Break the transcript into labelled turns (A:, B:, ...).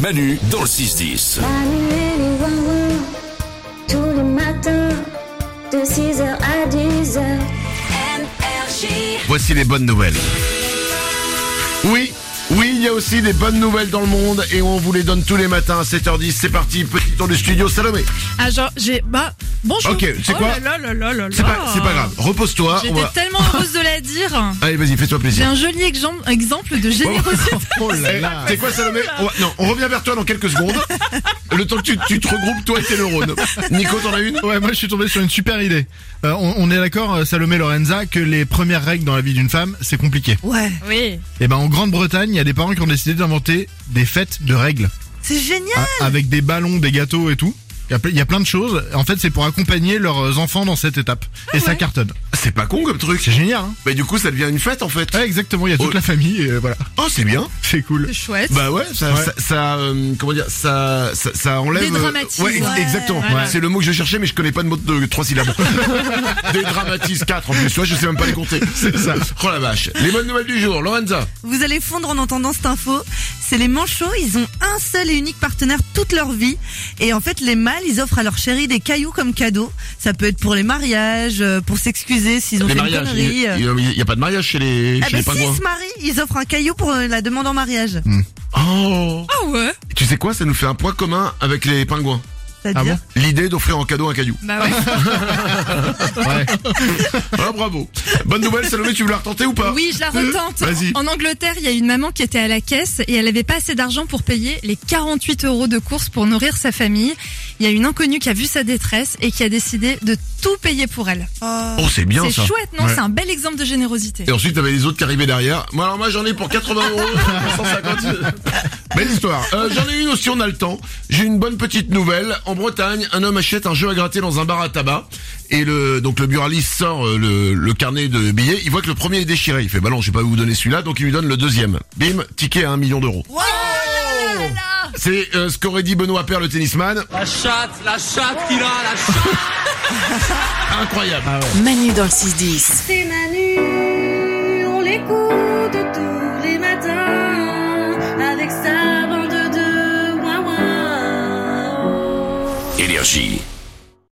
A: Manu dans le 6-10.
B: Manu et les Wawa, tous les matins, de 6h à 10h.
C: Voici les bonnes nouvelles. Oui, oui, il y a aussi des bonnes nouvelles dans le monde et on vous les donne tous les matins à 7h10. C'est parti, petit tour du studio Salomé.
D: Ah genre j'ai bah bonjour.
C: Ok, c'est
D: Oh
C: quoi
D: là là là là là
C: C'est pas, c'est pas
E: Oh.
C: grave, repose-toi. on
D: J'étais
C: va-
D: tellement heureuse de la dire.
C: Allez, vas-y, fais-toi
D: J'ai
C: plaisir.
D: un joli exem- exemple de générosité.
C: Oh là là. C'est quoi Salomé on va- Non, on revient vers toi dans quelques secondes. Le temps que tu, tu te regroupes, toi et tes neurones. Nico, t'en as une
E: Ouais, moi je suis tombé sur une super idée. Euh, on, on est d'accord, euh, Salomé Lorenza, que les premières règles dans la vie d'une femme, c'est compliqué.
C: Oh.
D: Ouais,
F: Oui.
E: Et ben en Grande-Bretagne, il y a des parents qui ont décidé d'inventer des fêtes de règles,
D: c'est génial.
E: A- avec des ballons, des gâteaux et tout. Il y a ple- Il y a plein de choses. En fait, c'est pour accompagner leurs enfants dans cette étape.
C: Ah
E: et ça cartonne.
C: C'est pas con comme truc.
E: C'est génial. Hein
C: Mais du coup, ça devient une fête en fait.
E: ouais, exactement. Il y a toute
C: Oh.
E: la famille. Et euh, voilà,
C: Oh, c'est bien.
E: c'est cool.
D: C'est chouette.
C: Bah ouais, ça,
E: Ouais.
C: ça, ça, euh, comment dire, ça, ça, ça enlève. euh,
D: Dédramatise.
C: Ouais, ex-
D: Ouais,
C: exactement.
D: voilà.
C: C'est le mot que je cherchais, mais je connais pas de mot de trois syllabes. Dédramatise 4 en plus, tu vois, je sais même pas les compter. C'est ça. Oh la vache. Les bonnes nouvelles du jour, Lorenza.
G: Vous allez fondre en entendant cette info. C'est les manchots, ils ont un seul et unique partenaire toute leur vie. Et en fait, les mâles, ils offrent à leur chéri des cailloux comme cadeau. Ça peut être pour les mariages, euh, pour s'excuser s'ils ont
C: les
G: fait
C: mariages.
G: une
C: Il
G: connerie.
C: y, a- il y a pas de mariage chez les,
G: Ah
C: chez
G: bah
C: les
G: s'ils
C: pingouins.
G: se marient, ils offrent un caillou pour euh, la demande en mariage.
C: Hmm. Oh.
D: Ah ouais.
C: Tu sais quoi, ça nous fait un point commun avec les pingouins.
D: Ah
G: C'est-à-dire
C: L'idée d'offrir en cadeau un caillou.
D: Bah ouais.
E: Ouais.
C: Ah bravo. Bonne nouvelle, Salomé, tu veux la retenter ou pas Euh,
D: Oui, je la retente.
C: Vas-y.
D: En Angleterre, il y a une maman qui était à la caisse et elle avait pas assez d'argent pour payer les 48 euros de course pour nourrir sa famille. Il y a une inconnue qui a vu sa détresse et qui a décidé de tout payer pour elle.
C: Oh, c'est bien
D: C'est
C: ça.
D: chouette, non
C: Ouais.
D: C'est un bel exemple de générosité.
C: Et ensuite, t'avais les autres qui arrivaient derrière. Moi, alors moi, j'en ai pour 80 euros, 150. Belle histoire. Euh, j'en ai une aussi, on a le temps. J'ai une bonne petite nouvelle. En Bretagne, un homme achète un jeu à gratter dans un bar à tabac. Et le, donc le buraliste sort euh, le, le carnet de billets. Il voit que le premier est déchiré. Il fait, bah non, je vais pas vous donner celui-là. Donc il lui donne le deuxième. Bim, ticket à un million d'euros.
D: Oh
C: C'est euh, ce qu'aurait dit Benoît Père, le tennisman.
H: La chatte, la chatte qu'il a, la chatte.
C: Incroyable.
F: Manu dans le 6-10.
B: C'est Manu, on l'écoute tous les matins avec sa bande de Wawa.
A: Énergie.